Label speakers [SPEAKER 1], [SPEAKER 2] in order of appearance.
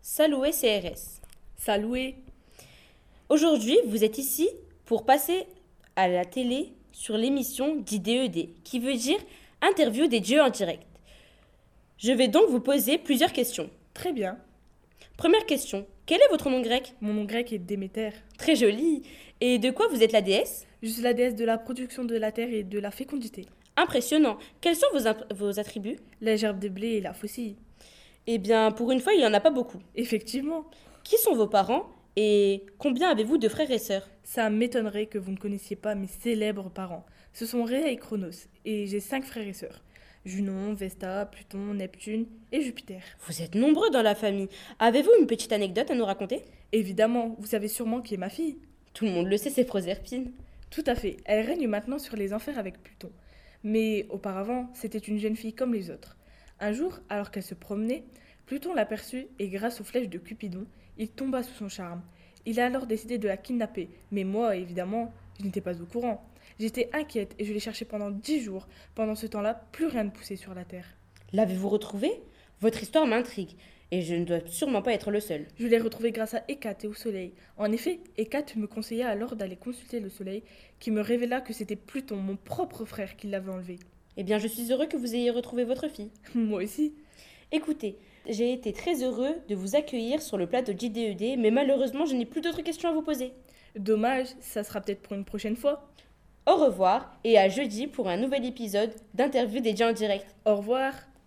[SPEAKER 1] Saloué CRS.
[SPEAKER 2] Saloué.
[SPEAKER 1] Aujourd'hui, vous êtes ici pour passer à la télé sur l'émission d'IDED, qui veut dire Interview des dieux en direct. Je vais donc vous poser plusieurs questions.
[SPEAKER 2] Très bien.
[SPEAKER 1] Première question, quel est votre nom grec
[SPEAKER 2] Mon nom grec est Déméter.
[SPEAKER 1] Très joli. Et de quoi vous êtes la déesse
[SPEAKER 2] Je suis la déesse de la production de la terre et de la fécondité.
[SPEAKER 1] Impressionnant. Quels sont vos, imp- vos attributs
[SPEAKER 2] La gerbe de blé et la faucille.
[SPEAKER 1] Eh bien, pour une fois, il n'y en a pas beaucoup.
[SPEAKER 2] Effectivement,
[SPEAKER 1] Qui sont vos parents et combien avez-vous de frères et sœurs
[SPEAKER 2] ça m'étonnerait que vous ne connaissiez pas mes célèbres parents. Ce sont Rhea et Chronos, et j'ai cinq frères et sœurs. Junon, Vesta, Pluton, Neptune et Jupiter.
[SPEAKER 1] Vous êtes nombreux dans la famille. Avez-vous une petite anecdote à nous raconter
[SPEAKER 2] Évidemment, vous savez sûrement qui est ma fille.
[SPEAKER 1] Tout le monde le sait, c'est Proserpine.
[SPEAKER 2] Tout à fait, elle règne maintenant sur les enfers avec Pluton. Mais auparavant, c'était une jeune fille comme les autres. Un jour, alors qu'elle se promenait, Pluton l'aperçut et grâce aux flèches de Cupidon, il tomba sous son charme. Il a alors décidé de la kidnapper, mais moi, évidemment, je n'étais pas au courant. J'étais inquiète et je l'ai cherchée pendant dix jours. Pendant ce temps-là, plus rien ne poussait sur la terre.
[SPEAKER 1] L'avez-vous retrouvée Votre histoire m'intrigue et je ne dois sûrement pas être le seul.
[SPEAKER 2] Je l'ai retrouvée grâce à Hécate et au soleil. En effet, Hécate me conseilla alors d'aller consulter le soleil, qui me révéla que c'était Pluton, mon propre frère, qui l'avait enlevée.
[SPEAKER 1] Eh bien, je suis heureux que vous ayez retrouvé votre fille.
[SPEAKER 2] Moi aussi.
[SPEAKER 1] Écoutez, j'ai été très heureux de vous accueillir sur le plateau d'IDED, E mais malheureusement, je n'ai plus d'autres questions à vous poser.
[SPEAKER 2] Dommage, ça sera peut-être pour une prochaine fois.
[SPEAKER 1] Au revoir et à jeudi pour un nouvel épisode d'interview dédié en direct.
[SPEAKER 2] Au revoir.